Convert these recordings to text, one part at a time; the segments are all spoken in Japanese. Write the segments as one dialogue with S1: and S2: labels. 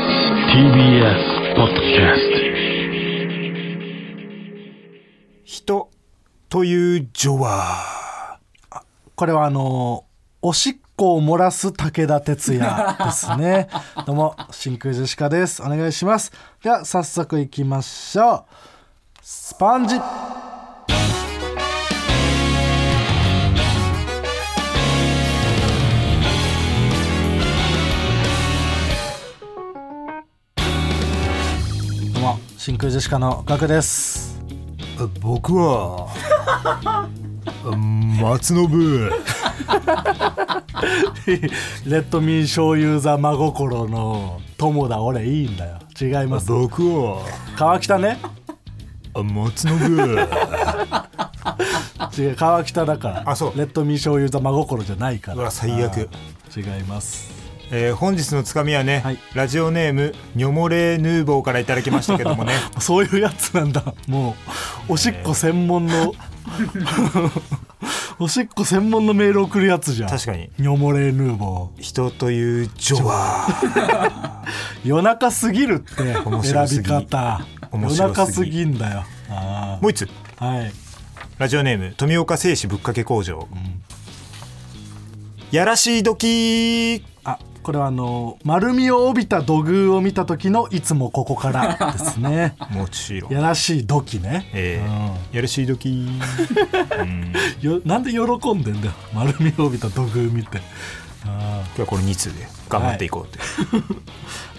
S1: TBS ポッドキャス
S2: 人という女はあこれはあのおしっこを漏らす武田鉄矢ですね どうも真空ジェシカですお願いしますでは早速いきましょうスパンジどうも真空ジェシカのガクです
S3: 僕 は松信
S2: レッドミン醤油座真心の友だ俺いいんだよ違います
S3: 僕は
S2: 川北ね
S3: 松信
S2: 違う川北だから
S3: あそう
S2: レッドミン醤油座真心じゃないか
S3: う
S2: ら
S3: わ最悪
S2: あー違います
S3: えー本日のつかみはね、
S2: はい
S3: ラジオネームニョモレヌーボーからいただきましたけ どもね
S2: そういうやつなんだもうおしっこ専門の、おしっこ専門のメール送るやつじゃん
S3: 確かに
S2: にょもれヌーボー
S3: 人という女は
S2: 夜中すぎるって
S3: 面
S2: 選
S3: 白す
S2: び
S3: ぎ
S2: 方
S3: 面
S2: 夜
S3: 白
S2: 中
S3: す
S2: す
S3: ぎ
S2: ぎんだよあ
S3: もう一つ
S2: ーはい
S3: ラジオネーム富岡製紙ぶっかけ工場、やらしい時
S2: あこれはあの丸みを帯びた土偶を見た時のいつもここからです ね
S3: もちろん
S2: やらしい土器ね、
S3: えーやらしい時うん今
S2: よなんで喜んでんだよ丸みを帯びた土偶見てあ
S3: 日はこの2通で頑張っていこうという、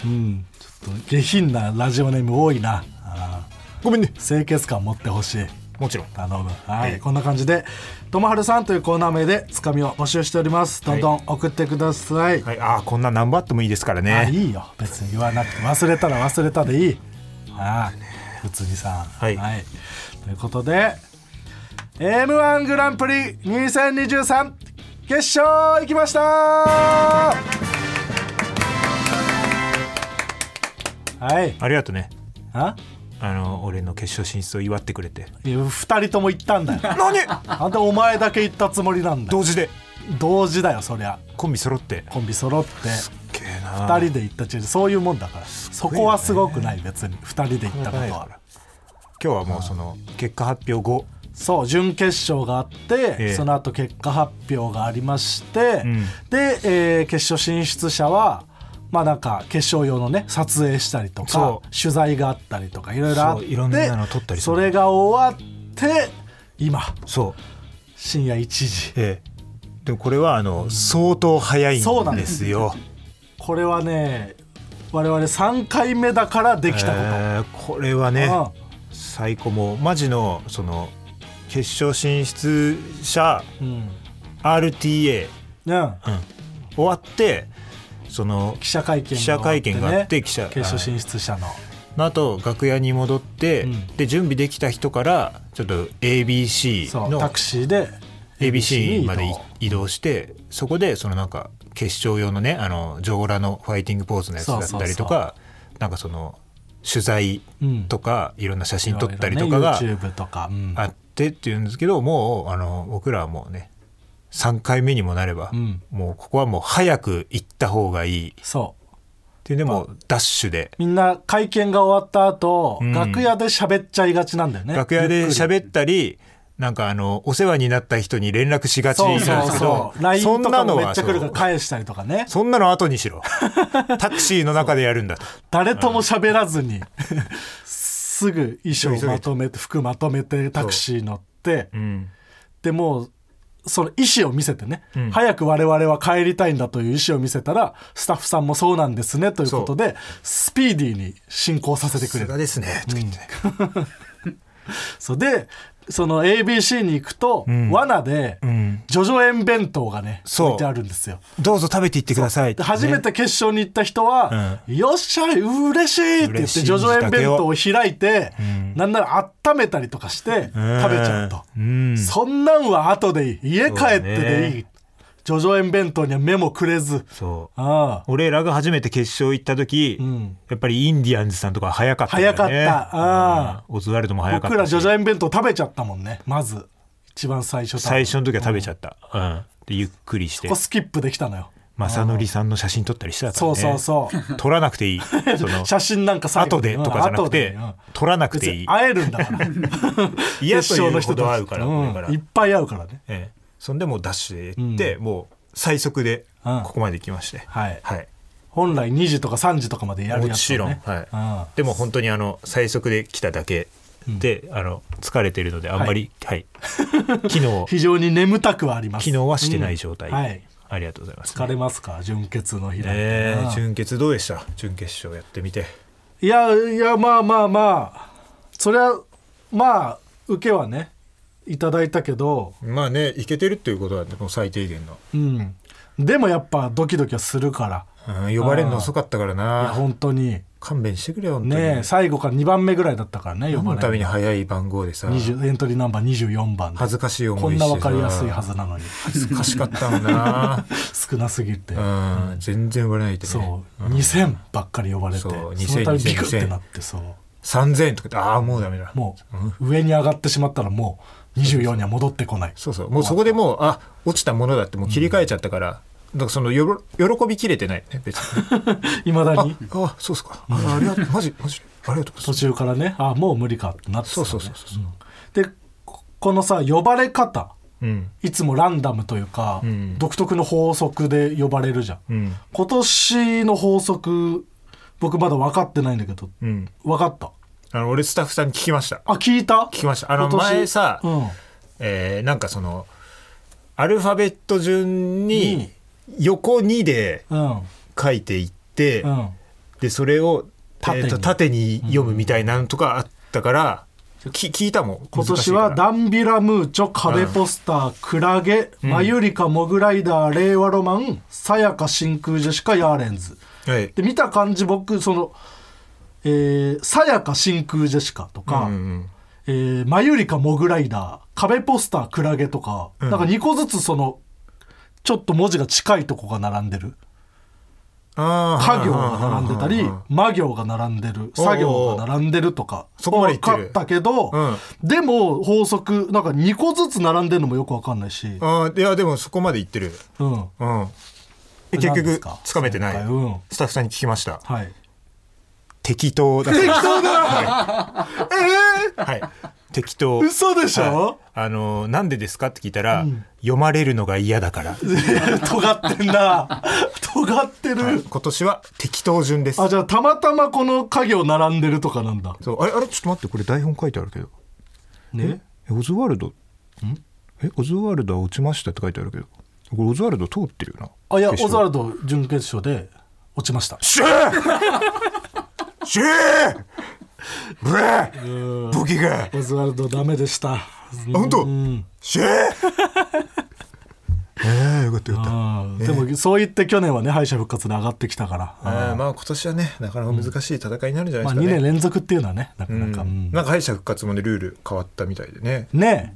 S2: ーうんちょっと下品なラジオネーム多いなあ
S3: ごめんね
S2: ー清潔感持ってほしい
S3: もちろん
S2: 頼むはい、
S3: ええ
S2: こんな感じで「ともはるさん」というコーナー名でつかみを募集しておりますどんどん送ってください、
S3: はい、ああこんな何バットもいいですから
S2: あ
S3: ね
S2: いいよ別に言わなくて忘れたら忘れたでいいああ普通にさん
S3: はい
S2: ということで m 1グランプリ2023決勝行きましたはい
S3: ありがとうね
S2: あ
S3: あの俺の決勝進出を祝ってく れて
S2: いや二人とも行った んだよ
S3: 何
S2: なんでお前だけ行ったつもりなんだよ
S3: 同時で
S2: 同時だよそりゃ
S3: コンビ揃って
S2: コンビ揃って
S3: けえな
S2: 二人で行ったちそういうもんだからそこはすごくない別に二人で行ったことは
S3: 今日はもうその結果発表後
S2: そう準決勝があって、
S3: ええ
S2: その後結果発表がありまして、
S3: ん
S2: で、えー決勝進出者はまあなんか決勝用のね撮影したりとか
S3: そう
S2: 取材があったりとかいろいろあっ
S3: そ
S2: て
S3: ういろんなの撮ったりす
S2: そ
S3: る
S2: れが終わって今
S3: そう
S2: 深夜1時
S3: ええでもこれはあの相当早いん
S2: そうなん
S3: で
S2: です
S3: よ
S2: これはね我々3回目だからできたこと、
S3: えーこれはね
S2: うん
S3: 最高もうマジのその決勝進出者
S2: うん、
S3: RTA
S2: ね
S3: 終わってその
S2: 記者会見があって、ね、
S3: 記者会見があって記者
S2: 決勝進出者の、
S3: あと楽屋に戻って、
S2: うん
S3: で準備できた人からちょっと ABC
S2: そう
S3: の
S2: タクシーで
S3: ABC までい
S2: 移動
S3: 移動してそこでそのなんか決勝用のねあのジョーラのファイティングポーズのやつだったりとかなんかその取材とか、いろんな写真撮ったりとかが
S2: いろいろね YouTube とか、うん
S3: あってっていうんですけどもうあの僕らはもうね3回目にもなれば、
S2: うん
S3: もうここはもう早く行った方がいいっ
S2: そう
S3: ていうでもうダッシュで
S2: みんな会見が終わった後、
S3: ん
S2: 楽屋で喋っちゃいがちなんだよね
S3: 楽屋で
S2: っ
S3: 喋ったりなんかあのお世話になった人に連絡しがちなん
S2: そう
S3: です
S2: そ
S3: け
S2: う
S3: ど
S2: そう LINE
S3: そん
S2: と
S3: な
S2: か
S3: の
S2: もめっ
S3: は
S2: ちゃ
S3: そ
S2: 来るから
S3: う
S2: 返したりとかね
S3: そんなの後にしろ タクシーの中でやるんだと
S2: 誰とも喋らず にすぐ衣
S3: 急い
S2: 装
S3: で
S2: まとめて服まとめてタクシー乗って
S3: うん
S2: でもうその意思を見せてね、
S3: ん
S2: 早く我々は帰りたいんだという意思を見せたらスタッフさんもそうなんですねということでスピーディーに進行させてくれる
S3: ですねとか言って
S2: そうでその ABC に行くと、
S3: ん
S2: 罠で、
S3: ん
S2: ジョジョ園弁当がね
S3: そう
S2: 置いてあるんですよ
S3: どうぞ食べていってください
S2: で初めて決勝に行った人は「よっしゃ嬉しい!」って言っ
S3: 嬉
S2: て
S3: しい
S2: ジョジョ園弁当を開いて、なんなら温めたりとかして食べちゃうと、
S3: ん
S2: そんなんは後でいい家帰ってでいい、ジョジョ園弁当には目もくれず
S3: そう
S2: ああ
S3: 俺らが初めて決勝行った時、
S2: ん
S3: やっぱりインディアンズさんとか早かったよね
S2: 早かったあ
S3: うんオズワルドも早かったし
S2: 僕らジョジョ園弁当食べちゃったもんねまず一番最初食べ
S3: 最初の時は食べちゃった、うんでゆっくりして
S2: ここスキップできたのよ
S3: 正則さんの写真撮ったりしてたから
S2: そ
S3: ね
S2: うそうそう
S3: 撮らなくて いいその
S2: 写真なんか最後
S3: 後でとかじゃなくて
S2: うん後で
S3: 撮らな
S2: うん
S3: くてい
S2: 別に
S3: い
S2: 会えるんだ から決
S3: 嫌という
S2: 勝
S3: ほど会うからこれから
S2: うんいっぱい会うからね
S3: ええ、そんでもうダッシュで行って、もう最速で
S2: うん
S3: ここまで行きまして、
S2: はい
S3: はい
S2: 本来2時とか3時とかまでやるやつ、ね、
S3: もちろん、はいでも本当にあの最速で来ただけで、あの疲れてるのであんまり、はい機 能
S2: うん、非常に眠たくはあります
S3: 機能はしてない状態、
S2: うんはい
S3: ありがとうございます、
S2: 疲れますか純血の日だ
S3: え
S2: うん
S3: え準決どうでした準決勝やってみて
S2: いやいやまあまあまあそりゃまあ受けはねいただいたけど
S3: まあねいけてるっていうことはもう最低限の、
S2: うんでもやっぱドキドキはするから
S3: うん、呼ばれるの遅かったから
S2: いや
S3: な
S2: 本当に
S3: 勘弁してくれよ本当に
S2: ねえ最後から2番目ぐらいだったからね呼
S3: 何
S2: ば
S3: のた
S2: れ
S3: め
S2: る
S3: に早い番号でさ
S2: 20エントリーナンバー24番で
S3: 恥ずかしい思い
S2: こん
S3: して
S2: な
S3: さ
S2: 分かりやすいはずなのに
S3: 恥ずかしかったもんな
S2: 少なすぎて、
S3: うん全然呼ばれないでね
S2: そう、
S3: ん
S2: 2000ばっかり呼ばれてそ
S3: そう
S2: の
S3: 2000
S2: 度ビクっ
S3: 2000
S2: てなってそう
S3: 3000円とかってああもうダメだ
S2: もう上に上がってしまったらもう24には戻ってこない
S3: そうそうもうそこでもうあ落ちたものだってもう切り替えちゃったから、だからそのよろ喜びきれてないね別に
S2: いまだ
S3: あ
S2: に
S3: あそうっすかあありがとうマジマジありがとうござい
S2: 途
S3: ます
S2: 中からねあもう無理かってなってた
S3: そ
S2: の
S3: う
S2: ね
S3: そうそうそう
S2: でここのさ呼ばれ方
S3: うん
S2: いつもランダムというか、
S3: うん
S2: 独特の法則で呼ばれるじゃん
S3: うん
S2: 今年の法則僕まだ分かってないんだけど
S3: うん
S2: 分かった
S3: あの俺スタッフさんに聞きました
S2: あ聞いた
S3: 聞きましたあの
S2: 今年
S3: 前さ、
S2: うん
S3: えーなんかそのアルファベット順に横2で
S2: うん
S3: 書いていって、
S2: うん
S3: でそれを
S2: 縦
S3: 縦
S2: に
S3: に,、えーと縦に読むみたいなのとかあったから、き聞いたもん
S2: 今
S3: 難し
S2: 年
S3: いから
S2: はダンビラムーチョ壁ポスター、クラゲ、マユリカモグライダー令和ロマンさやか真空ジェシカヤーレンズ
S3: はい
S2: で見た感じ僕そのえーさやか真空ジェシカとか、
S3: うんうん
S2: えーマユリカモグライダー壁ポスタークラゲとか、
S3: ん
S2: なんか2個ずつそのちょっと文字が近いとこが並んでる
S3: あー
S2: 家行が並んでたり魔行が並んでる作業が並んでるとか
S3: そこまで言ってる
S2: 分かったけど、
S3: うん
S2: でも法則なんか2個ずつ並んでるのもよく分かんないし、うん
S3: あーいやでもそこまでいってるうんえ結
S2: 何です
S3: 局
S2: か
S3: つかめてな
S2: 今
S3: い
S2: 回うん
S3: スタッフさんに聞きました
S2: はい、
S3: 適当だ適当だ
S2: え
S3: はい適当
S2: ー、嘘でし
S3: は
S2: ょ、
S3: いあのなんでですかって聞いたら、読まれるのが嫌だ から
S2: 尖ってんな尖ってる、
S3: 今年は適当順です
S2: あじゃあたまたまこの家業並んでるとかなんだ
S3: そうあれあれちょっと待ってこれ台本書いてあるけど
S2: ね
S3: えオズワルドんえオズワルドは落ちましたって書いてあるけどこれオズワルド通ってるよな
S2: あいや
S3: 決
S2: オズ
S3: 勝
S2: ワルド準決勝で落ちました
S3: シューシューブレー武器が
S2: オズワルドダメでした
S3: 本当シューええよかったよかっ
S2: うんでもそう言って去年はね敗者復活で上がってきたから、
S3: たあーまあ今年はねなかなか難しい戦いになるんじゃ
S2: ま
S3: ない
S2: あ、2
S3: ですかね、
S2: 年連続っていうのはねなかなか、
S3: うんなんか敗者復活もねルール変わったみたいでね
S2: うんね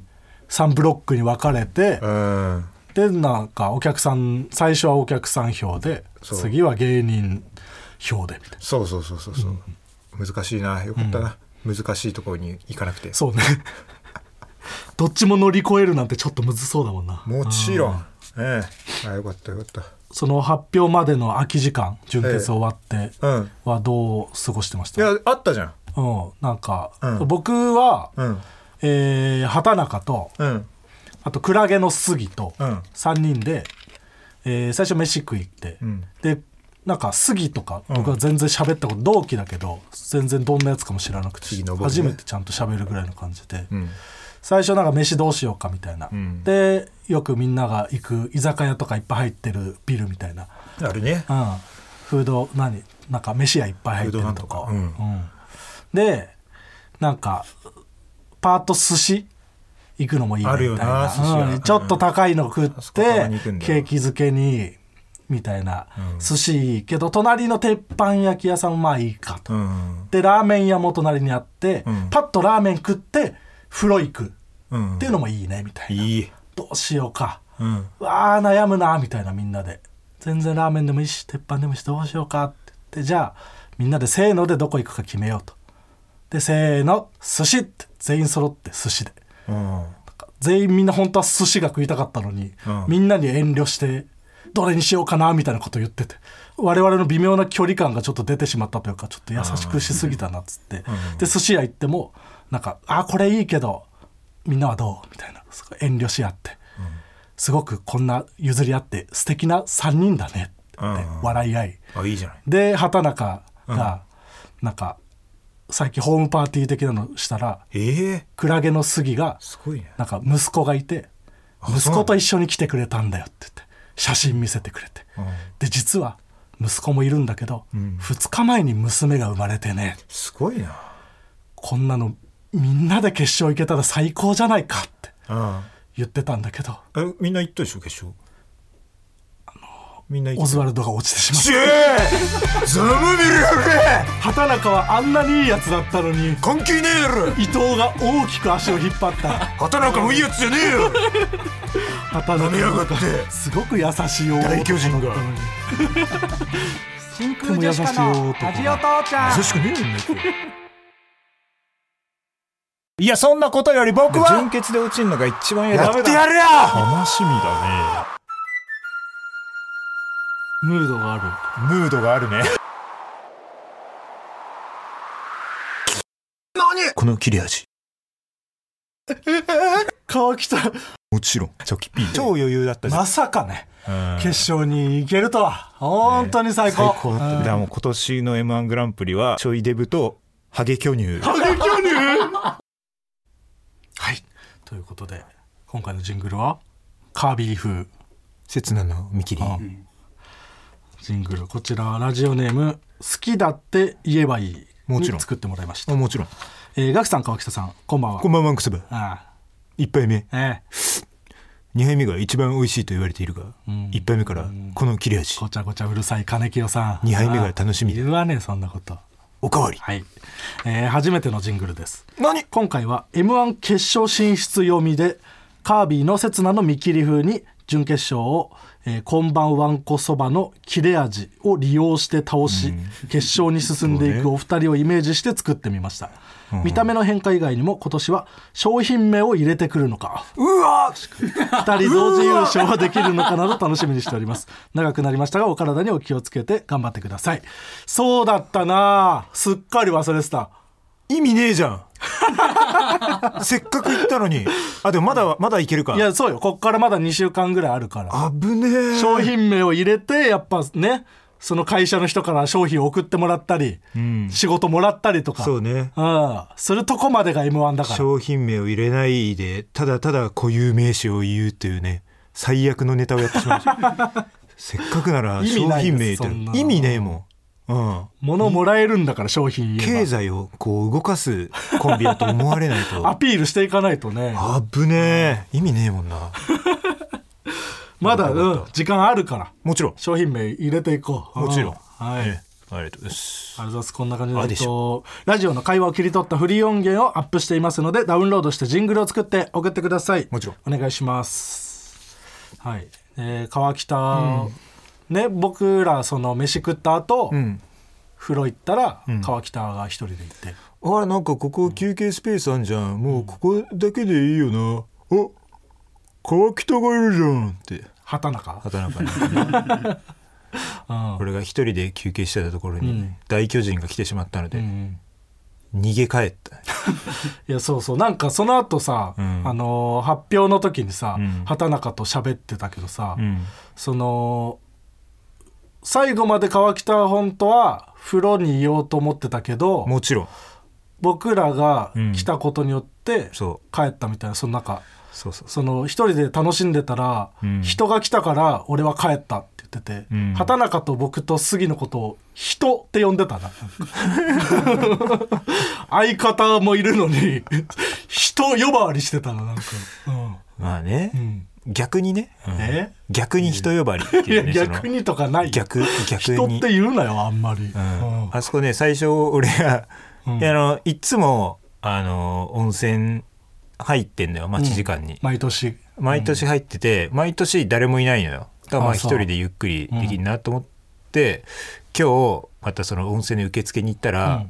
S2: 3ブロックに分かれて
S3: う、ん
S2: でなんかお客さん最初はお客さん票で
S3: そう
S2: 次は芸人票でみたいな
S3: そうそうそうそうそう、難しいなよかったな、難しいところに行かなくて
S2: そうね どっちも乗り越えるなんてちょっとむずそうだもんな
S3: もちろん。ええ。あ、よかったよかっ
S2: その発表までの空き時間準決終わって
S3: た。うん。
S2: はどう過ごしてまし
S3: い
S2: た、
S3: や、あったじゃん。
S2: うん、なんか、
S3: うん
S2: 僕は、
S3: うん。
S2: えー畑中と
S3: うん。
S2: あとクラゲの杉と
S3: うん
S2: 3人で、えー最初飯食い行って、
S3: ん
S2: でなんか杉とか僕は全然喋ったこと同期だけど全然どんなやつかも知らなくて、
S3: 杉の僕ね
S2: 初めてちゃんと喋るぐらいの感じで、
S3: うん。
S2: 最初なんか飯どうしようかみたいな、
S3: ん
S2: でよくみんなが行く居酒屋とかいっぱい入ってるビルみたいな、
S3: あるね
S2: う。ん、フード何なんか飯屋いっぱい入ってる
S3: フードなん
S2: と
S3: と
S2: か
S3: かうん
S2: うんでなんかパート寿司行くのもいいね
S3: あるよ
S2: み
S3: な
S2: たいな
S3: 寿司屋
S2: うんちょっと高いの食って、
S3: あそこたまに行くんだよ
S2: ケーキ漬けにみたいな、寿司いいけど隣の鉄板焼き屋さんまあいいかと、
S3: うん。
S2: でラーメン屋も隣にあって、
S3: うん
S2: パッとラーメン食って風呂行く
S3: うん。
S2: っていうのもいいねみたいな、
S3: いい。
S2: どうしようか
S3: うん。
S2: うわー悩むなみたいなみんなで全然ラーメンでもいいし鉄板でもいいしどうしようかって言ってじゃあみんなでせーのでどこ行くか決めようとでせーの寿司って全員揃って寿司で
S3: うん。
S2: 全員みんな本当は寿司が食いたかったのに、
S3: うん
S2: みんなに遠慮してどれにしようかなみたいなこと言ってて我々の微妙な距離感がちょっと出てしまったというかちょっと優しくしすぎたなっつって、で寿司屋行ってもなんか「あこれいいけどみんなはどう?」みたいなすごい遠慮し合って、すごくこんな譲り合って素敵な3人だねって言って
S3: うんうん
S2: 笑い合い
S3: あいいじゃない
S2: で畑中がなんか最近ホームパーティー的なのしたら
S3: ええ
S2: クラゲの杉が
S3: すごいね
S2: なんか息子がいて
S3: あ
S2: 息子と一緒に来てくれたんだよって言って写真見せてくれて
S3: うん
S2: で実は息子もいるんだけど、
S3: うん
S2: 2日前に娘が生まれてね
S3: すごいな
S2: こんなのみんなで決勝行けたら最高じゃないかって
S3: うん
S2: 言ってたんだけど
S3: えみんな行ったでしょ決勝みんな行
S2: オ
S3: った
S2: ズワルドが落ちてしまっ
S3: ジェー ザムミルラ
S2: た 畑中はあんなにいいやつだったのに
S3: 関係ねえやろ
S2: 伊藤が大きく足を引っ張った
S3: 畑中もいいやつじゃねえよ
S2: 畑
S3: 舐めやがって
S2: すごく優しい大
S3: 大巨人 が
S1: 真空ジェシカのラジオ父ちゃん
S3: しくねえよ いやそんなことより僕は純潔で落ちるのが一番嫌だやってやるよ悲しみだ ね
S2: ムードがあ
S3: ムードがあるね何この切れ味
S2: る川北
S3: もちろんチョキピー超余裕だったじゃ ん
S2: まさかね
S3: うん
S2: 決勝に行けるとは本当に最高
S3: 最高だっただからもう今年の m 1グランプリはちょいデブとハゲ巨乳
S2: はいということで今回のジングルはカービィ風
S3: 刹那の見切り
S2: ジングルこちらはラジオネーム「好きだって言えばいい」
S3: もちろん
S2: に作ってもらいました、
S3: もちろん
S2: えー、ガクさん川北さんこんばんは
S3: こんばんはクソバ
S2: あ
S3: 1杯目
S2: あえー
S3: 2杯目が一番美味しいと言われているが1杯目からこの切れ味
S2: ごちゃごちゃうるさい金清さん
S3: 二杯目が楽しみだ
S2: ああ言わねえそんなこと
S3: おかわり
S2: はい、えー初めてのジングルです
S3: 何
S2: 今回は m 1決勝進出読みでカービィの刹那の見切り風に準決勝を、えー、こんばんわんこそばの切れ味を利用して倒し、決勝に進んでいくお二人をイメージして作ってみました、見た目の変化以外にも今年は商品名を入れてくるのか
S3: うわ
S2: 二人同時優勝はできるのかなど楽しみにしております長くなりましたがお体にお気をつけて頑張ってくださいそうだったなあすっかり忘れてた
S3: 意味ねえじゃん せっかく行ったのにあでもまだまだいけるか
S2: いやそうよこっからまだ2週間ぐらいあるから
S3: 危ねえ
S2: 商品名を入れてやっぱねその会社の人から商品を送ってもらったり、仕事もらったりとか
S3: そうね
S2: うん、するとこまでが m 1だから
S3: 商品名を入れないでただただ固有名詞を言うというね最悪のネタをやってし まいましたせっかくなら
S2: 意味
S3: 商
S2: ない
S3: 品名
S2: よ
S3: って
S2: そんなの
S3: 意味ねえもん、うん、
S2: 物もらえるんだから商品言え
S3: 経済をこう動かすコンビだと思われない
S2: ばア
S3: と
S2: ピールしていかないとね
S3: 危ねえ意味ねえもんな
S2: まだ、うん、時間あるから
S3: もちろん
S2: 商品名入れていこう
S3: もちろん
S2: はい、
S3: ええありがとうございま
S2: あ
S3: す
S2: りがとうございます。こんな感じで、
S3: あ
S2: え
S3: で
S2: っ
S3: し
S2: と、ラジオの会話を切り取ったフリー音源をアップしていますので、ダウンロードしてジングルを作って送ってください。
S3: もちろん
S2: お願いします。はい。えー川北、ね、僕ら、その、飯食った後、
S3: うん
S2: 風呂行ったら、川北が一人で行って、
S3: あらなんかここ休憩スペースあんじゃんもうここだけでいいよなあ川北がいるじゃんって
S2: 畑中
S3: 畑中に、俺が一人で休憩してたところに大巨人が来てしまったので、
S2: ん
S3: 逃げ帰った
S2: いや、そうそう。なんか、その後さ、
S3: ん
S2: あのー発表の時にさ、
S3: うん
S2: 畑中と喋ってたけどさ、
S3: ん
S2: その最後まで川北は本当は風呂にいようと思ってたけど
S3: もちろん
S2: 僕らが
S3: うん
S2: 来たことによって
S3: そ
S2: 帰ったみたいなそのなんか
S3: そうそうそ
S2: その一人で楽しんでたら、
S3: うん
S2: 人が来たから俺は帰ったって言ってて、
S3: うん
S2: 畑中と僕と杉のことを「人」って呼んでたな相方もいるのに人呼ばわりしてたななんか、
S3: うまあね、
S2: ん
S3: 逆にね、うん
S2: え
S3: 逆に人呼ばわりって
S2: うん、い
S3: いう
S2: や
S3: ねその
S2: 逆にとかないよ
S3: 逆逆
S2: 人っ
S3: に
S2: て言うなよあんまり、
S3: うん
S2: うん
S3: あそこね最初俺が、いやあのいっつもあの温泉入ってんだよ待ち時間に、
S2: 毎年
S3: 毎年入ってて、毎年誰もいないのよだからまあ
S2: あ
S3: 一
S2: そう
S3: 人でゆっくりできるなと思って、今日またその温泉の受付に行ったら、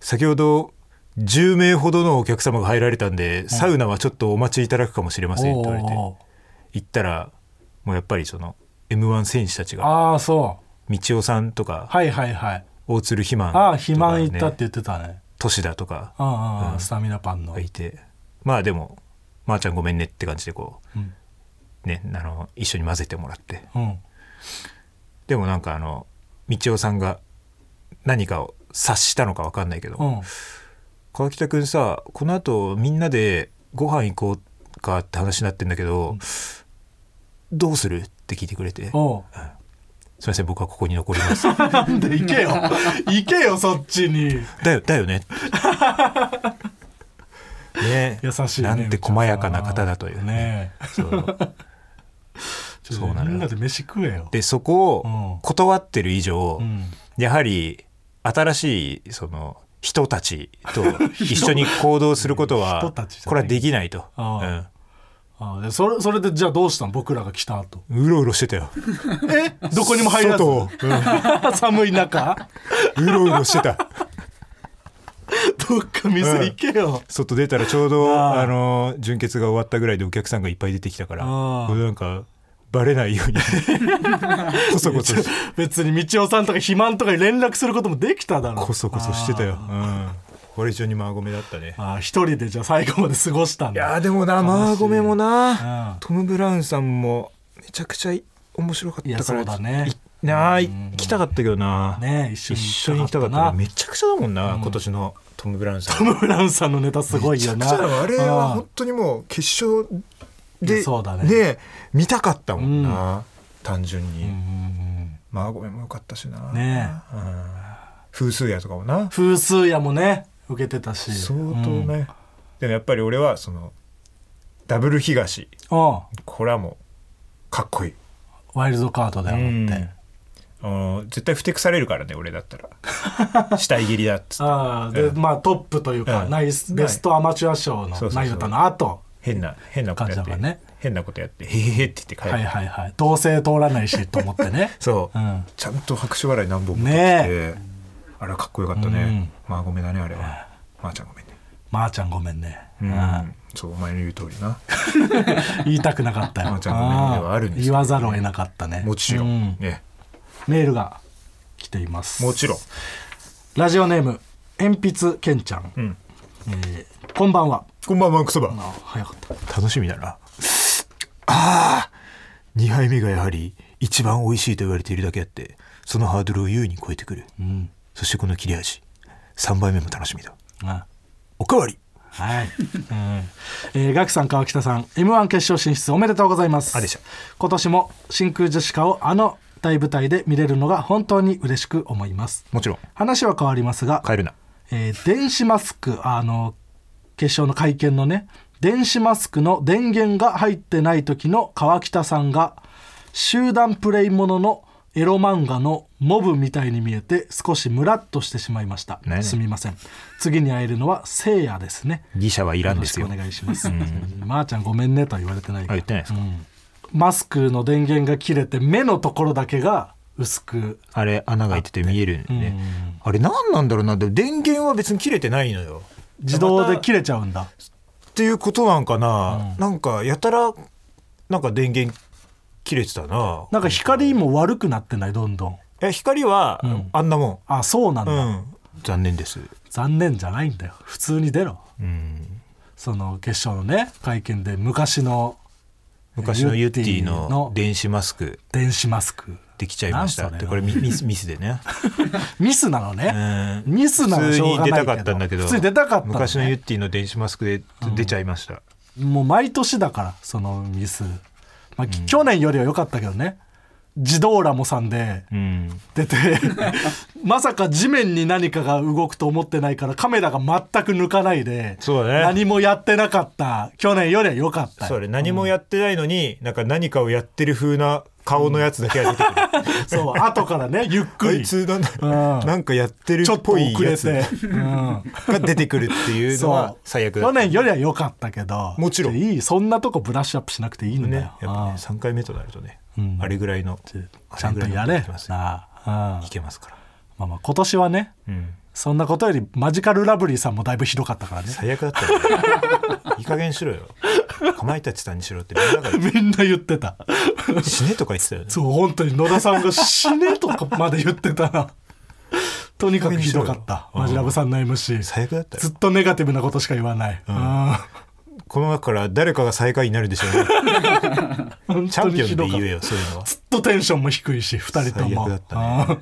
S3: 先ほど10名ほどのお客様が入られたんで、サウナはちょっとお待ちいただくかもしれませんって言われて
S2: おー
S3: 行ったらもうやっぱりその m 1選手たちが
S2: ああそう
S3: 道夫さんとか
S2: はいはいはい
S3: 大鶴肥満と
S2: ああ
S3: か、ね、
S2: 肥満いったって言ってたね
S3: 年だとか
S2: ああ、あ
S3: う
S2: あ
S3: ん
S2: スタミナパンの、
S3: がいてまあでも「まー、ちゃんごめんね」って感じでこ
S2: うん
S3: うねあの一緒に混ぜてもらって
S2: うん、
S3: でもなんかあの道夫さんが何かを察したのか分かんないけど、
S2: うん、
S3: 川北君さこの後みんなでご飯行こうかって話になってんだけど、どうするって聞いてくれて
S2: お う
S3: 「すいません僕はここに残ります」
S2: なんで行けよ 行けよそっちに
S3: だよだ よねね
S2: 優しいね
S3: なんて細やかな方だというね
S2: ねえ
S3: そう
S2: ちょっ
S3: そう
S2: と
S3: なのよ
S2: みんなで飯食えよ
S3: でそこ
S2: うん
S3: を断ってる以上、
S2: うん
S3: やはり新しいその人たち と一緒に行動すること
S2: 人
S3: は
S2: たちじゃない
S3: これはできないと、
S2: ああでそれそれでじゃあどうしたん僕らが来た後
S3: うん、うろうろしてたよ
S2: えどこにも入らず
S3: 外を
S2: 寒い中
S3: うろうろして た
S2: どっか店行けよ、
S3: 外出たらちょうど
S2: あ
S3: あ
S2: あ
S3: の純潔が終わったぐらいでお客さんがいっぱい出てきたから
S2: ああ
S3: これなんかバレないよ うにこそこそし
S2: 別に道夫さんとか肥満とかに連絡することもできただろ
S3: こそこそしてたよ、うん、これ以上にマーゴメだったね
S2: ああ一人でじゃあ最後まで過ごしたん
S3: いや
S2: だ
S3: ーでもなマーゴメも
S2: うん
S3: なトム・ブラウンさんもめちゃくちゃい面白かっ
S2: いや
S3: たから
S2: そうだね
S3: いなあ行きたかったけどな、
S2: ねえ一緒
S3: 一
S2: に
S3: 緒に行きたかったなめちゃくちゃだもんな、今年のトム・ブラウンさん
S2: トム・ブラウンさんのネタすごいよな
S3: めちゃくちゃだわあれは
S2: ああ
S3: 本当にもう決勝
S2: い
S3: で
S2: やそうだね
S3: 見たかったもんな、単純に、
S2: うんうんうん
S3: まあごめんもよかったしな
S2: ね
S3: うん風数やとかもな
S2: 風数やもね受けてたし
S3: 相当
S2: うん
S3: ね、でもやっぱり俺はそのダブル東
S2: うん
S3: これはもうかっこいい、
S2: ワイルドカードだよ
S3: うん
S2: って
S3: あの絶対不適されるからね俺だった ら死体蹴りだっつって
S2: ああで
S3: うん
S2: まあトップというか
S3: うん
S2: ナイスベストアマチュア賞
S3: そ
S2: の
S3: うそうそう
S2: ナイトの後
S3: 変な変なことや
S2: 感
S3: っ
S2: じだ
S3: て、
S2: からね
S3: 変なことやってへへへって言って帰る、
S2: はいはいはい同性通らないしと思って ね
S3: そう、
S2: うん
S3: ちゃんと拍手笑い何本も取って
S2: ね
S3: きて、あれはかっこよかったね、まあごめんだねあれはまあちゃんごめんね
S2: まーちゃんごめんね
S3: う
S2: うん
S3: んそうお前の言う通りな
S2: 言いたくなかったよ
S3: まーちゃんごめんねはあるんですけどね
S2: 言わざるを得なかったね
S3: もち
S2: う
S3: ろ
S2: ん
S3: ね
S2: メールが来ています
S3: もちろん
S2: ラジオネーム鉛筆けんちゃん、
S3: ん
S2: えーこんばんは
S3: こんばんはクソバ
S2: あ早かった
S3: 楽しみだなああ2杯目がやはり一番美味しいと言われているだけあってそのハードルを優に超えてくる、そしてこの切れ味3杯目も楽しみだ
S2: あ
S3: おかわり
S2: はい、 えー、ガクさん川北さん m 1決勝進出おめでとうございます
S3: あでしょ
S2: 今年も真空ジェシカをあの大舞台で見れるのが本当に嬉しく思います
S3: もちろん
S2: 話は変わりますが、
S3: 帰るな
S2: えー電子マスクあの決勝の会見のね電子マスクの電源が入ってない時の川北さんが集団プレイもののエロ漫画のモブみたいに見えて少しムラっとしてしまいました、
S3: ね
S2: すみません次に会えるのはせいやですね
S3: 技者はいらんですよ
S2: よろしくお願いします、まー、ちゃんごめんねとは言われてない
S3: あ言ってないですか、
S2: マスクの電源が切れて目のところだけが薄く
S3: あれ穴が開いてて見えるんで、ねあれ何なんだろうなでも電源は別に切れてないのよ
S2: 自動で
S3: る
S2: 切れちゃうんだ
S3: っていうことなんかな、なんかやたらなんか電源切れてたな
S2: なんか光も悪くなってないどんどん
S3: え光は、あんなも
S2: あそうなん
S3: ん、
S2: だ、
S3: うん、残念です
S2: 残念じゃないんだよ普通に出ろ
S3: うん
S2: その決勝のね会見で昔の
S3: 昔のユッティ
S2: ユッティの
S3: の電子マスク
S2: 電子マスク
S3: できちゃいました
S2: なんそ
S3: っ
S2: れ
S3: てこれミミスミスでね
S2: ミスなの
S3: う
S2: ね、
S3: ん
S2: ミスなら
S3: 普
S2: し
S3: 通
S2: ょう
S3: に
S2: がない
S3: 出
S2: けど
S3: たかったんだけど
S2: 普通に出たかったのね
S3: 昔のユッティの電子マスクで出ちゃいました、
S2: もう毎年だからそのミス、まあき去年よりは良かったけどね自動ラモさんで
S3: うん
S2: 出 てまさか地面に何かが動くと思ってないからカメラが全く抜かないで
S3: そうだね
S2: 何もやってなかった去年よりは良かったよ
S3: それ何もやってないのに、なんか何かをやってる風な顔のやつだけが出てくる、
S2: そう後からねゆっく
S3: あ
S2: り
S3: い
S2: ち
S3: つなんだ
S2: うん
S3: なんかやってる
S2: ょ
S3: っ
S2: っと
S3: ぽい
S2: 遅
S3: や
S2: れ
S3: つ
S2: て、うん、
S3: が出てくるっていうのは最悪だ
S2: 去
S3: った
S2: 年よりは良かったけど
S3: もちろん
S2: いいそんなとこブラッシュアップしなくていいんだよ、
S3: ねやっぱね3回目となると
S2: う
S3: ね、
S2: ん
S3: あれぐらいの
S2: あちゃんとやれ
S3: あれぐらいのこ
S2: な
S3: とができますよ
S2: あ、うん
S3: いけますから、
S2: まあまあ今年はね
S3: うん、
S2: そんなことよりマジカルラブリーさんもだいぶひどかった からね
S3: 最悪だった よいい加減しろよかまいたちさんにしろってみんなが言って
S2: みんな言ってた
S3: 死ねとか言ってたよね
S2: そう本当に野田さんが「死ね」とかまで言ってた なとにかくひどかった
S3: うん
S2: マジラブさんの MC
S3: 最悪だったよ
S2: ずっとネガティブなことしか言わない、
S3: この中から誰かが最下位になるでしょ う
S2: うん
S3: ねチャンピオ
S2: 本当に
S3: ンで
S2: ひどか
S3: 言
S2: った
S3: えよそういうのは
S2: ずっとテンションも低いし2人とも
S3: 最悪だった
S2: うん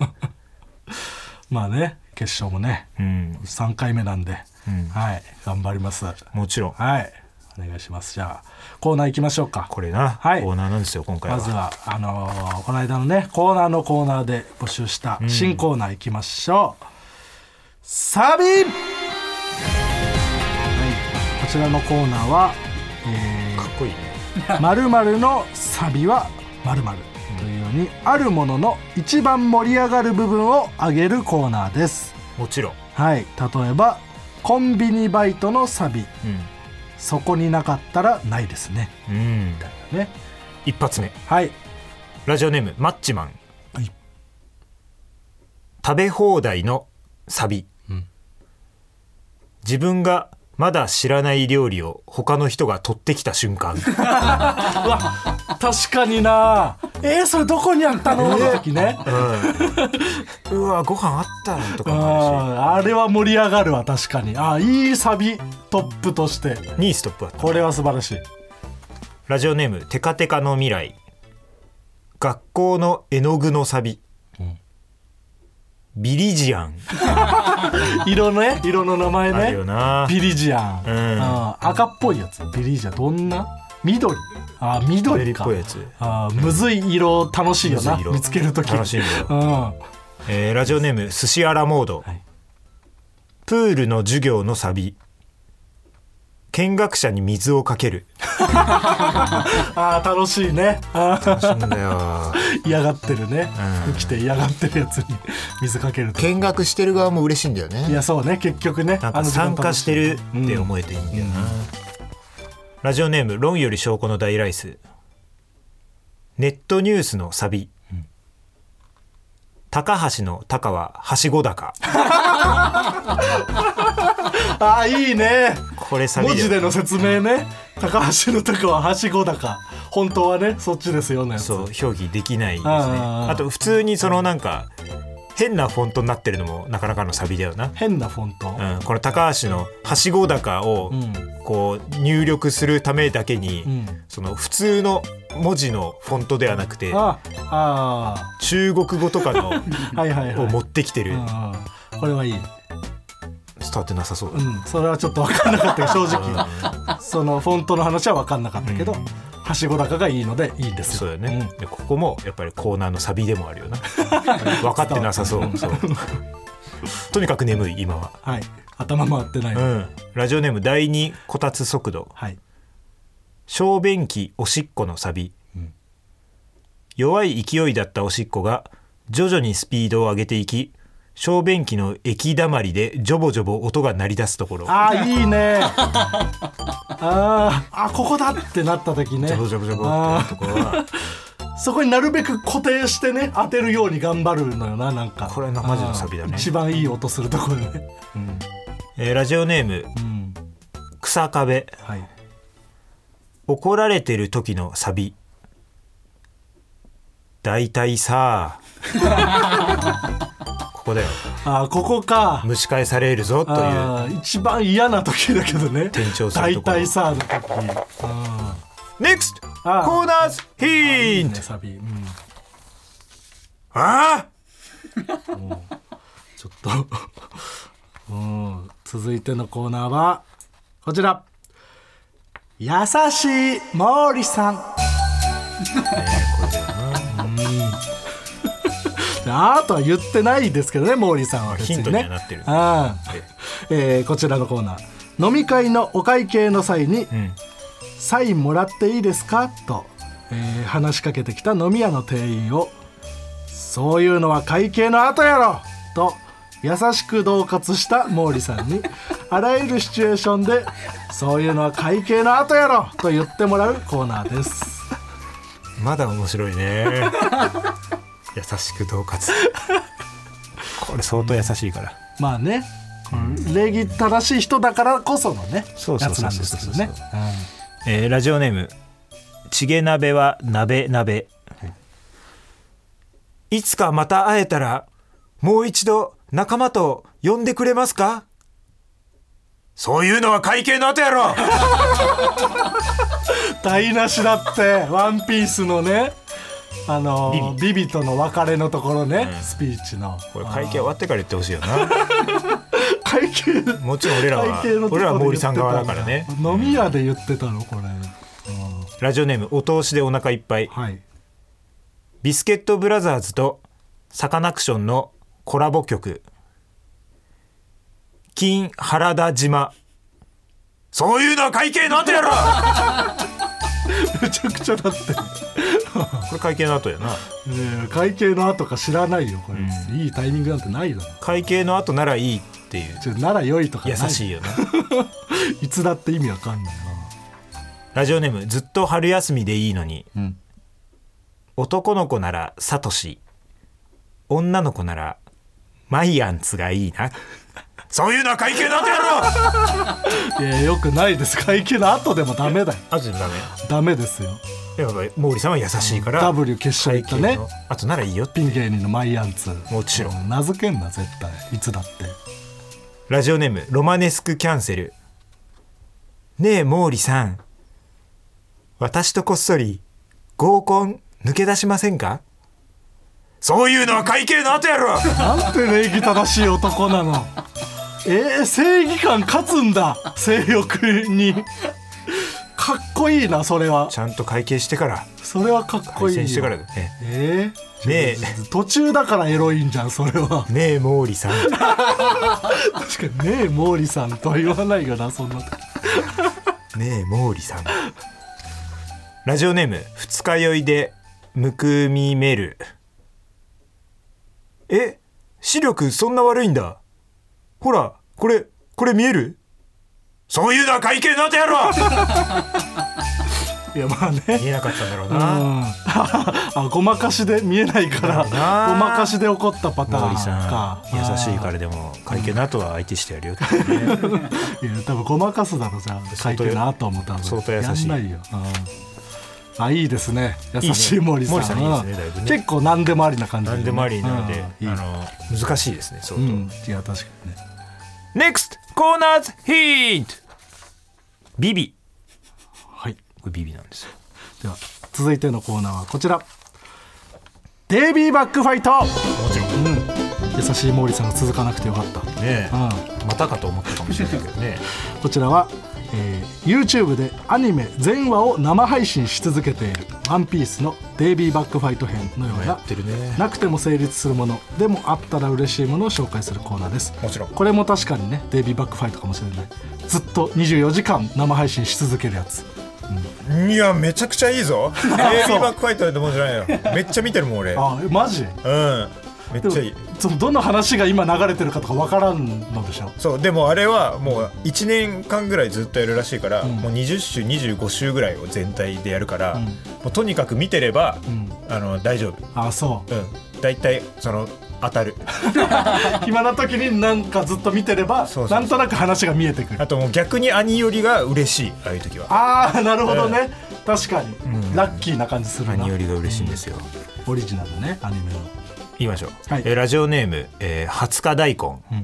S2: まあね決勝もね
S3: うん
S2: 3回目なんで、
S3: うん
S2: はい頑張ります
S3: もちろん
S2: はいお願いしますじゃあコーナー行きましょうか
S3: これな、
S2: はい
S3: コーナーなんですよ今回は
S2: まずはあのーこの間のねコーナーのコーナーで募集した新コーナー行きましょう、サビ、はい、こちらのコーナーは「え
S3: かっこいいね
S2: ー〇〇のサビは〇〇というようにあるものの一番盛り上がる部分を上げるコーナーです
S3: もちろん、
S2: はい例えばコンビニバイトのサビそこになかったらないですね
S3: うんうん、
S2: ね
S3: 一発目
S2: はい
S3: ラジオネームマッチマン、
S2: はい
S3: 食べ放題のサビ、
S2: うん
S3: 自分がまだ知らない料理を他の人が取ってきた瞬 間
S2: 確かになえー、それどこにあったのの時ね
S3: うんうわご飯あったのと
S2: う
S3: かも
S2: ん
S3: ある
S2: あれは盛り上がるわ確かにあいいサビトップとして
S3: し2位ストップあった
S2: これは素晴らしい
S3: ラジオネームテカテカの未来学校の絵の具のサビ、
S2: うん
S3: ビリジアン
S2: 色ね色の名前
S3: あるよ
S2: ね
S3: な
S2: ビリジアン、
S3: うん
S2: うん赤っぽいやつビリジアンどんな緑あ緑
S3: 緑っ
S2: か
S3: ぽいやつ
S2: あむずい色楽しいよな
S3: むずい色
S2: 見つける時
S3: 楽しいよ
S2: うん
S3: えーラジオネーム寿司アラモード、
S2: はい
S3: プールの授業のサビ見学者に水をかける
S2: あー楽しいねあー
S3: 楽しいんだよ
S2: 嫌がってるね、
S3: うん
S2: 服着て嫌がってるやつに水かけると
S3: 見学してる側も嬉しいんだよ
S2: い
S3: ね
S2: やそうね結局ね
S3: なんか参加してるって思えていいんだよな、ラジオネーム「論より証拠の大ライス」ネットニュースのサビ、高橋の「高」ははしご高
S2: ああいいね
S3: これサビ
S2: 文
S3: だよ
S2: 字での説明ね高橋のとこははしごだか本当はねそっちですよね
S3: そう表記できないですね
S2: あー
S3: あと普通にそのなんか変なフォントになってるのもなかなかのサビだよな、
S2: 変なフォント、
S3: うん、この高橋の「はしご高」を
S2: うん
S3: こう入力するためだけに、
S2: うん
S3: その普通の文字のフォントではなくて
S2: ああ
S3: 中国語とかの
S2: ー はいはいはい
S3: を持ってきてる
S2: うんうんこれはいい、
S3: 伝わってなさそう
S2: う
S3: だ、
S2: ん、それはちょっと分かんなかった けど正直
S3: うん
S2: そのフォントの話は分かんなかったけど、
S3: うん
S2: はしごだかがいいのでいいです
S3: そうだよね、でここもやっぱりコーナーのサビでもある よな分かってなさそうそうとにかく眠い今は、
S2: うんはい頭回ってない、
S3: うん、ラジオネーム第二こたつ速度
S2: はい
S3: 小便器おしっこのサビ、
S2: うん
S3: 弱い勢いだったおしっこが徐々にスピードを上げていき小便器の液だまりでジョボジョボ音が鳴り出すところ
S2: あーいいね あーあここだってなった時ね
S3: ジョボジョボジョボってなるところは
S2: そこになるべく固定してね当てるように頑張るのよななんか
S3: これなマジのサビだね
S2: うん一番いい音するところでね
S3: えーラジオネーム
S2: うん
S3: 草壁
S2: はい
S3: 怒られてる時のサビ大 体さここだよ
S2: あーここか
S3: 蒸し返されるぞという
S2: あー一番嫌な時だけどね
S3: 転調すると
S2: 大
S3: ころ
S2: 体さの時あ
S3: NEXT
S2: あー
S3: コーナーズ
S2: ーい
S3: ヒ
S2: い
S3: ン
S2: ね
S3: ト
S2: サビ、うん、
S3: ああ
S2: ちょっと うん続いてのコーナーはこちら優しい毛利さんうん あーとは言ってないですけどね毛利さんは別にね
S3: ヒントにはなってる
S2: あー えーこちらのコーナー飲み会のお会計の際に
S3: うん
S2: 「サインもらっていいですか?」と、えー話しかけてきた飲み屋の店員を「そういうのは会計の後やろ!」と優しく恫喝した毛利さん にあらゆるシチュエーションで「そういうのは会計の後やろ!」と言ってもらうコーナーです。
S3: まだ面白いね 優しく恫喝これ相当優しいから、
S2: まあねこの礼儀正しい人だからこそのね
S3: そうそ
S2: や
S3: う
S2: つ
S3: そ
S2: な
S3: うんそう
S2: です
S3: そう
S2: けどね。
S3: えーラジオネームチゲ鍋は鍋鍋いつかまた会えたらもう一度仲間と呼んでくれますかそういうのは会計の後やろ
S2: 台無しだってワンピースのねあのビビとの別れのところね、スピーチの
S3: これ会計終わってから言ってほしいよ な
S2: 会計
S3: もちろん俺らは俺らは毛利さん側だからね
S2: 飲み屋で言ってたのこれ、
S3: ラジオネームお通しでお腹いっぱい
S2: はい
S3: ビスケットブラザーズとサカナクションのコラボ曲「金原田島」そういうのは会計の後 やろ
S2: めちゃくちゃだって、
S3: これ会計の後やな
S2: ねえ会計の後か知らないよこれ、いいタイミングなんてないだろ
S3: 会計の後ならいいっていう
S2: ちょなら良いとかな
S3: 優
S2: い
S3: しいよな
S2: いつだって意味わかんない
S3: ラジオネームずっと春休みでいいのに、
S2: ん
S3: 男の子ならサトシ女の子ならマイアンツがいいなそういうのは会計の後やろ
S2: ないやよくないです会計の後でもダメだよ
S3: あとダメ
S2: ダメですよ
S3: やっぱり毛利さんは優しいから
S2: W 決勝行ったね
S3: あとならいいよ
S2: ピン芸人のマイアンツ
S3: もちろん
S2: 名付けんな絶対いつだって
S3: ラジオネームロマネスクキャンセルねえ毛利さん私とこっそり合コン抜け出しませんかそういうのは会計の後やろ
S2: なんて礼儀正しい男なのえー、正義感勝つんだ性欲にかっこいいなそれは
S3: ちゃんと会計してから
S2: それはかっこ
S3: 対
S2: いいよ
S3: 戦してからだね
S2: えー、
S3: ね
S2: 途中だからエロいんじゃんそれは
S3: えねえ毛利さん
S2: 確かにねえ毛利さんとは言わないよなそんな時
S3: ねえ毛利さんラジオネーム二日酔いでむくみめるえ視力そんな悪いんだほらこれこれ見えるそういうのは会計の後やろ
S2: いやまあね
S3: 見えなかったんだろう
S2: う
S3: なん
S2: あごまかしで見えないからご
S3: な
S2: まかしで怒ったパタ
S3: 毛
S2: ーン
S3: 利さ
S2: か
S3: ん優しいからでも会計の後は相手してやるよってね
S2: いや多分ごまかすだろじゃあ
S3: 相
S2: 会
S3: 当
S2: 計の後も多分
S3: 相当優しい
S2: やんないよ、うんあいいですね優しい森さん
S3: いいね森さんいいですねだいぶね
S2: 結構何でもありな感じ
S3: 何
S2: ね
S3: でもありなので
S2: うんいい
S3: あの難しいですね相
S2: う
S3: 当、
S2: んいや確かにね
S3: NEXT コーナーズヒントビビ
S2: はい
S3: これビビなんですよ
S2: では続いてのコーナーはこちらデイビーバックファイト
S3: もちろん
S2: 優しい森さんが続かなくてよかった
S3: ねえ、
S2: う
S3: またかと思ったかもしれないけどね
S2: こちらは、えー YouTube でアニメ全話を生配信し続けている「ワンピースのデイビーバックファイト編のよう
S3: や
S2: な
S3: ってるね
S2: なくても成立するものでもあったら嬉しいものを紹介するコーナーです
S3: もちろん
S2: これも確かにねデイビーバックファイトかもしれないずっと24時間生配信し続けるやつ
S3: いやめちゃくちゃいい ぞ AB バックファイトってもんじゃないよめっちゃ見てるもん俺うん
S2: あえマジ
S3: めっ
S2: でもそのどの話が今流れてるかとか分からんのでしょ
S3: そうでもあれはもう1年間ぐらいずっとやるらしいから、もう20週25週ぐらいを全体でやるから、もうとにかく見てれば、あの大丈夫
S2: あそう
S3: うん大体その当たる
S2: 暇な時になんかずっと見てれば
S3: そうそうそう
S2: なんとなく話が見えてくる
S3: あともう逆に兄寄りが嬉しいああいう時は
S2: ああなるほどね、確かに、ラッキーな感じするな
S3: 兄寄りが嬉しいんですよ、
S2: オリジナルねアニメの
S3: 言いましょう、
S2: はい
S3: えーラジオネーム「えー、20日大根」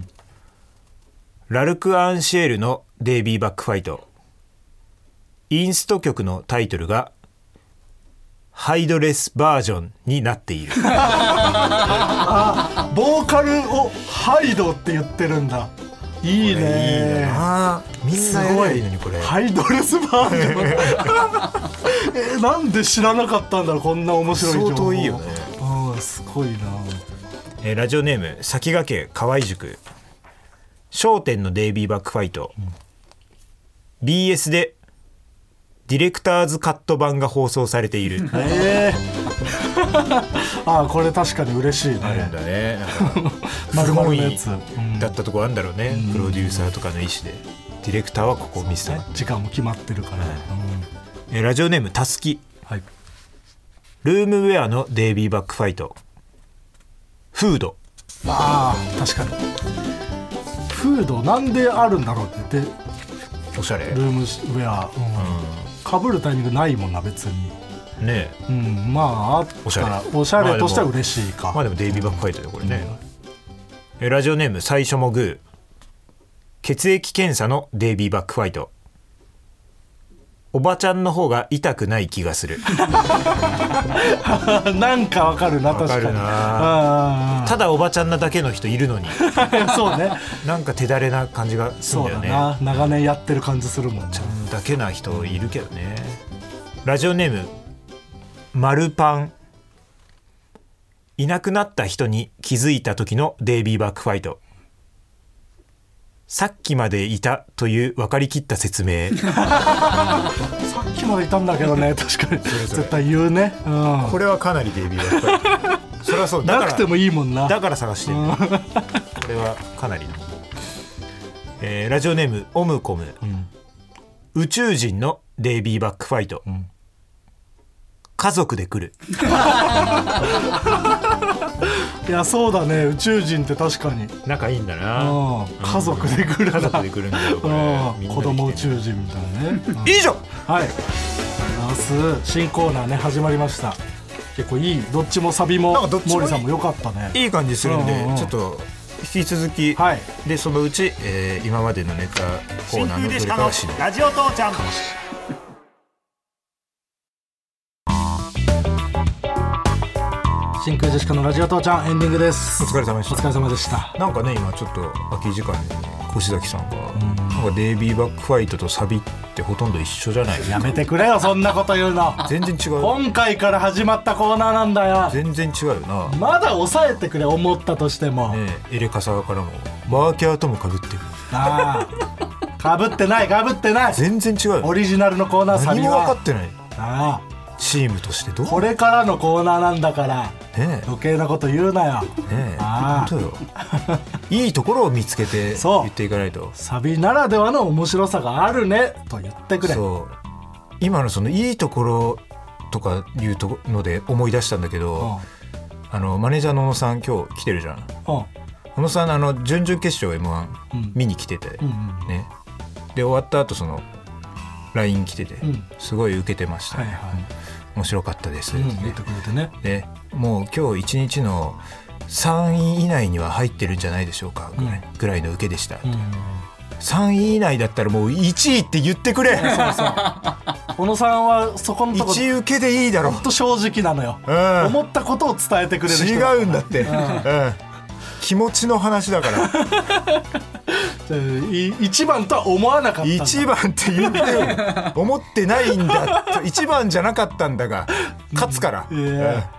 S3: ラルク・アンシエルの「デイビーバックファイト」インスト曲のタイトルが「ハイドレスバージョン」になっている
S2: ボーカルをハイドって言ってるんだいいね
S3: あみん
S2: す
S3: なやれ
S2: ご
S3: ばい
S2: い
S3: いのにこれ、
S2: ハイドレスバージ ョンえーなんで知らなかったんだろうこんな面白い情報
S3: 相当いいよね
S2: うんすごいな
S3: えーラジオネーム先駆け河合塾『商店のデイビーバックファイト』BS でディレクターズカット版が放送されて いる
S2: ええ あーこれ確かに嬉しいね、
S3: あるんだねなんか
S2: 丸々のやつ、
S3: 不本意だったとこあるんだろうね、プロデューサーとかの意思でディレクターはここを見せた
S2: ね
S3: かった、
S2: 時間も決まってるから、うん
S3: えラジオネームたすき
S2: はい
S3: ルームウェアのデイビーバックファイトフード
S2: ああ確かにフードなんであるんだろうって言って
S3: おしゃれ
S2: ルームウェア、うんかぶるタイミングないもんな別に、
S3: ねえ
S2: うん、まああっ
S3: おしたゃれ
S2: らおしゃれとしては嬉しい
S3: まあ
S2: か
S3: でもデイビーバックファイトでこれね、えラジオネーム最初もグー血液検査のデイビーバックファイトおばちゃんの方が痛くない気がする
S2: なんかわかるな
S3: わ
S2: 確か
S3: か
S2: に
S3: るな
S2: あ
S3: ただおばちゃんなだけの人いるのに
S2: あ そうね
S3: なんか手だれな感じがする
S2: そ
S3: ん
S2: う
S3: だよ
S2: だ
S3: ね
S2: な、長年やってる感じするもんね
S3: ちゃんだけな人いるけどねラジオネームマルパンいなくなった人に気づいた時のデイビーバックファイトさっきまでいたという分かりきった説明
S2: さっきまでいたんだけどね確かに
S3: れそれ
S2: 絶対言うね、うん、
S3: これはかなりデイビーバックファイトそれはそうだ
S2: な
S3: か
S2: くて
S3: ら
S2: もいいもんな
S3: だから探してる、これはかなりの、えーラジオネームオムコム、宇宙人のデイビーバックファイト、家族で来る
S2: いやそうだね宇宙人って確かに、うん、
S3: 仲いいんだな
S2: 家族で来るな
S3: 家族で来るんだよこれ
S2: うん
S3: みんなで来てね
S2: 子供宇宙人みたいなね、うん
S3: 以上
S2: はい明日新コーナーね始まりました結構いいどっちもサビ
S3: なんか
S2: も
S3: どっちもいい
S2: 毛利さんも良かったね
S3: いい感じするん
S2: う
S3: で
S2: んうん
S3: ちょっと引き続き
S2: はい
S3: でそのうちえー今までのネタコーナーのどれかはしない
S1: ラジオ父ちゃん
S2: 真空ジェシカのラジオ父ちゃんエンディングです
S3: お疲れ様でした
S2: お疲れ様でした
S3: なんかね今ちょっと空き時間に越崎さんがなんかデイビーバックファイトとサビってほとんど一緒じゃない
S2: やめてくれよそんなこと言うの
S3: 全然違う
S2: 今回から始まったコーナーなんだよ
S3: 全然違うよな
S2: まだ抑えてくれ思ったとしても、
S3: ねえエレカサからもマーキャーともかぶってる
S2: ああかぶってないかぶってない
S3: 全然違う
S2: オ
S3: よ
S2: リジナルのコーナーサ
S3: 何
S2: ビ
S3: も
S2: は
S3: 分かってない
S2: あ
S3: チームとしてどう
S2: あこれからのコーナーなんだから
S3: ねえ
S2: 余計なこと言うなよ
S3: ねえ
S2: あ
S3: 本
S2: ー
S3: 当よ いいところを見つけて
S2: そう
S3: 言っていかないと
S2: サビならではの面白さがあるねと言ってくれ
S3: そう今のそのいいところとかいうとこので思い出したんだけ
S2: うん
S3: ど、あのマネージャーの小野さん今日来てるじゃん
S2: うん
S3: 小野さんあの準々決勝 m 1、
S2: うん
S3: 見に来てて、
S2: うんうん
S3: ねで終わった後その LINE 来てて、
S2: ん
S3: すごい受けてました、
S2: はいは
S3: 面白かったです、
S2: い、うん、
S3: ね
S2: 言ってくれてね
S3: でもう今日一日の3位以内には入ってるんじゃないでしょうかぐらい,、ぐらいの受けでした、
S2: うん
S3: 3位以内だったらもう1位って言ってくれ
S2: 小野さんはそこのとこちょ
S3: 1受けでいいだろ
S2: っと正直なのよ
S3: うん
S2: 思ったことを伝えてくれる人
S3: 違
S2: だ
S3: うんだって、うん、気持ちの話だから
S2: じゃあい一番とは思わなかったんだ
S3: 1番って言ってよ思ってないんだ1番じゃなかったんだが勝つから、
S2: いや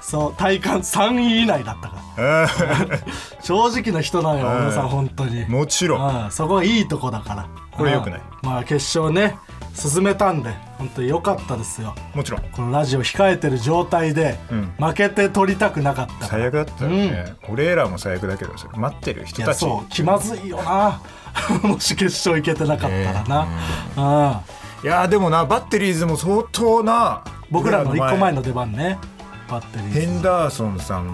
S2: そう体感3位以内だったから正直な人なのよ小野さん本当に
S3: うんもちろん
S2: うんそこはいいとこだから
S3: これ良くない
S2: うんまあ決勝ね進めたんで本当に良かったですよ
S3: もちろん
S2: このラジオ控えてる状態で、
S3: うん
S2: 負けて取りたくなかった
S3: 最悪だったよね、俺らも最悪だけどそれ待ってる人
S2: いや
S3: たち
S2: そう気まずいよな もし決勝行けてなかったらな、うん
S3: いやーでもなバッテリーズも相当な
S2: 僕らの1個前
S3: の
S2: の出番ねバッテリ
S3: ヘ
S2: ー
S3: ン
S2: ズ
S3: ダーソンさん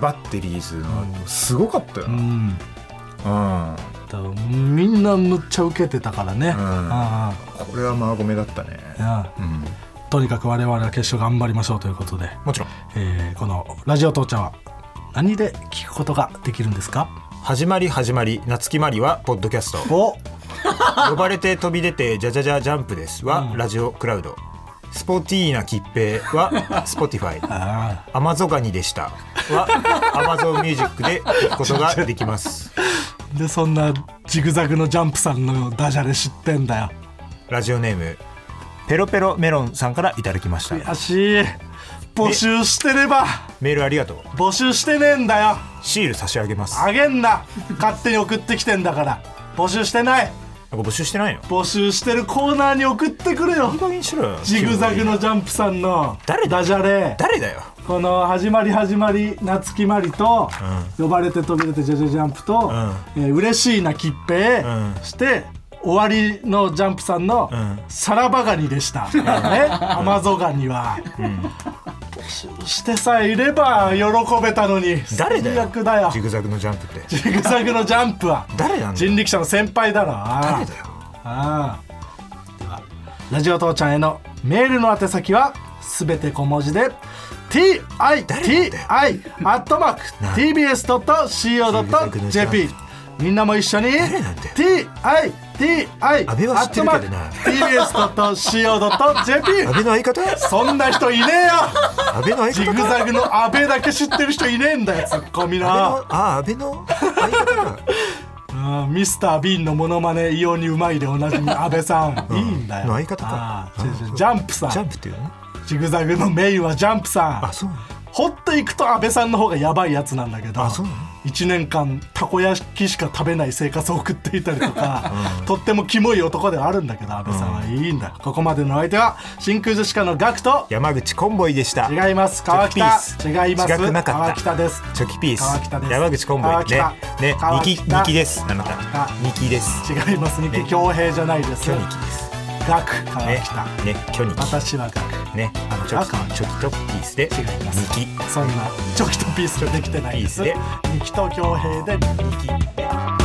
S3: バッテリーズの後すごかったよ
S2: う
S3: な、
S2: ん
S3: うん、
S2: だからみんなむっちゃ受けてたからね、
S3: ん
S2: うんうん
S3: これはマーゴメだったね、
S2: な
S3: うん、
S2: とにかく我々は決勝頑張りましょうということで、
S3: もちろん
S2: えーこの「ラジオ父ちゃん」は何で聞くことができるんですか
S3: 始まり始まり夏木マリはポッドキャス ト
S2: お
S3: 呼ばれて飛び出てジャジャジャジャンプですは、ラジオクラウドスポティーナ吉平 はスポティファイ
S2: あ
S3: アマゾガニでしたはアマゾンミュージックで聞くことができます
S2: ーでそんなジグザグのジャンプさんのダジャレ知ってんだよ
S3: ラジオネームペロペロメロンさんからいただきました
S2: 悔しい募集してれば
S3: メールありがとう
S2: 募集してねえんだよ
S3: シール差し上げます
S2: あげんな勝手に送ってきてんだから募集してない
S3: なんか募集してないの
S2: 募集してるコーナーに送ってくれよ
S3: いい加減にしろよ
S2: ジグザグのジャンプさんの
S3: 誰だ
S2: ダジャレ
S3: 誰だよ
S2: この始まり始まり夏木マリと、呼ばれて飛び出てジャジャジャンプと、えー嬉しいな吉平、
S3: うん
S2: して終わりのジャンプさんの、
S3: ん
S2: さらばガニで した、ねアマゾガニは、募集してさえいれば喜べたのに
S3: 誰だよ
S2: 最悪だよ
S3: ジグザグのジャンプって
S2: ジグザグのジャンプは
S3: 誰なんだよ
S2: 人力車の先輩だろ
S3: 誰だよ
S2: ああではラジオ父ちゃんへのメールの宛先はすべて小文字で TITI アットマーク TBS.CO.JP みんなも一緒に TITI ア
S3: 安倍
S2: ッ
S3: は知って
S2: ト
S3: る
S2: マー
S3: けど
S2: ク
S3: な安
S2: TBS.CO.JP
S3: 倍の相方
S2: そんな人いねえよ
S3: 安倍の相
S2: ジグ
S3: 方
S2: ザグの阿部だけ知ってる人いねえんだよツッコミな
S3: 安倍のあ安倍の相方な
S2: あーミスター・ビーンのモノマネ異様にうまいでおなじみ安倍さん、
S3: うん
S2: いいんだよ
S3: の相方か
S2: あー違う違う
S3: うん
S2: ジャンプさ
S3: ジャン
S2: ん
S3: プっていうのね
S2: ジグザグのメインはジャンプさ
S3: あ
S2: ん
S3: そうなの
S2: ほっといくと安倍さんの方がやばいやつなんだけど
S3: あそうなの
S2: 1年間たこ焼きしか食べない生活を送っていたりとか、とってもキモい男ではあるんだけど安倍さんはいいんだよ、ここまでのお相手は真空ジェシカのガクと
S3: 山口コンボイでした
S2: 違います川
S3: チョキピー
S2: 北
S3: ス
S2: 違います
S3: 違くなかった
S2: 川北です
S3: チョキピー
S2: 川北で
S3: ス
S2: す
S3: 山口コンボイね
S2: 川北
S3: ね
S2: 川
S3: ニキ
S2: 北
S3: ニキですあな
S2: 川
S3: た
S2: 北
S3: ニキです
S2: 違いますね
S3: ね
S2: 強兵じゃないです
S3: 巨ニキです
S2: ガク川
S3: ね
S2: 北、
S3: ね巨ニキ
S2: 私はガク
S3: ね
S2: あの
S3: チョキ
S2: 赤は
S3: チョキとピースで
S2: 違います
S3: ニキ
S2: そんなチョキとピースができてないです
S3: ピー
S2: ニキと強兵でニキ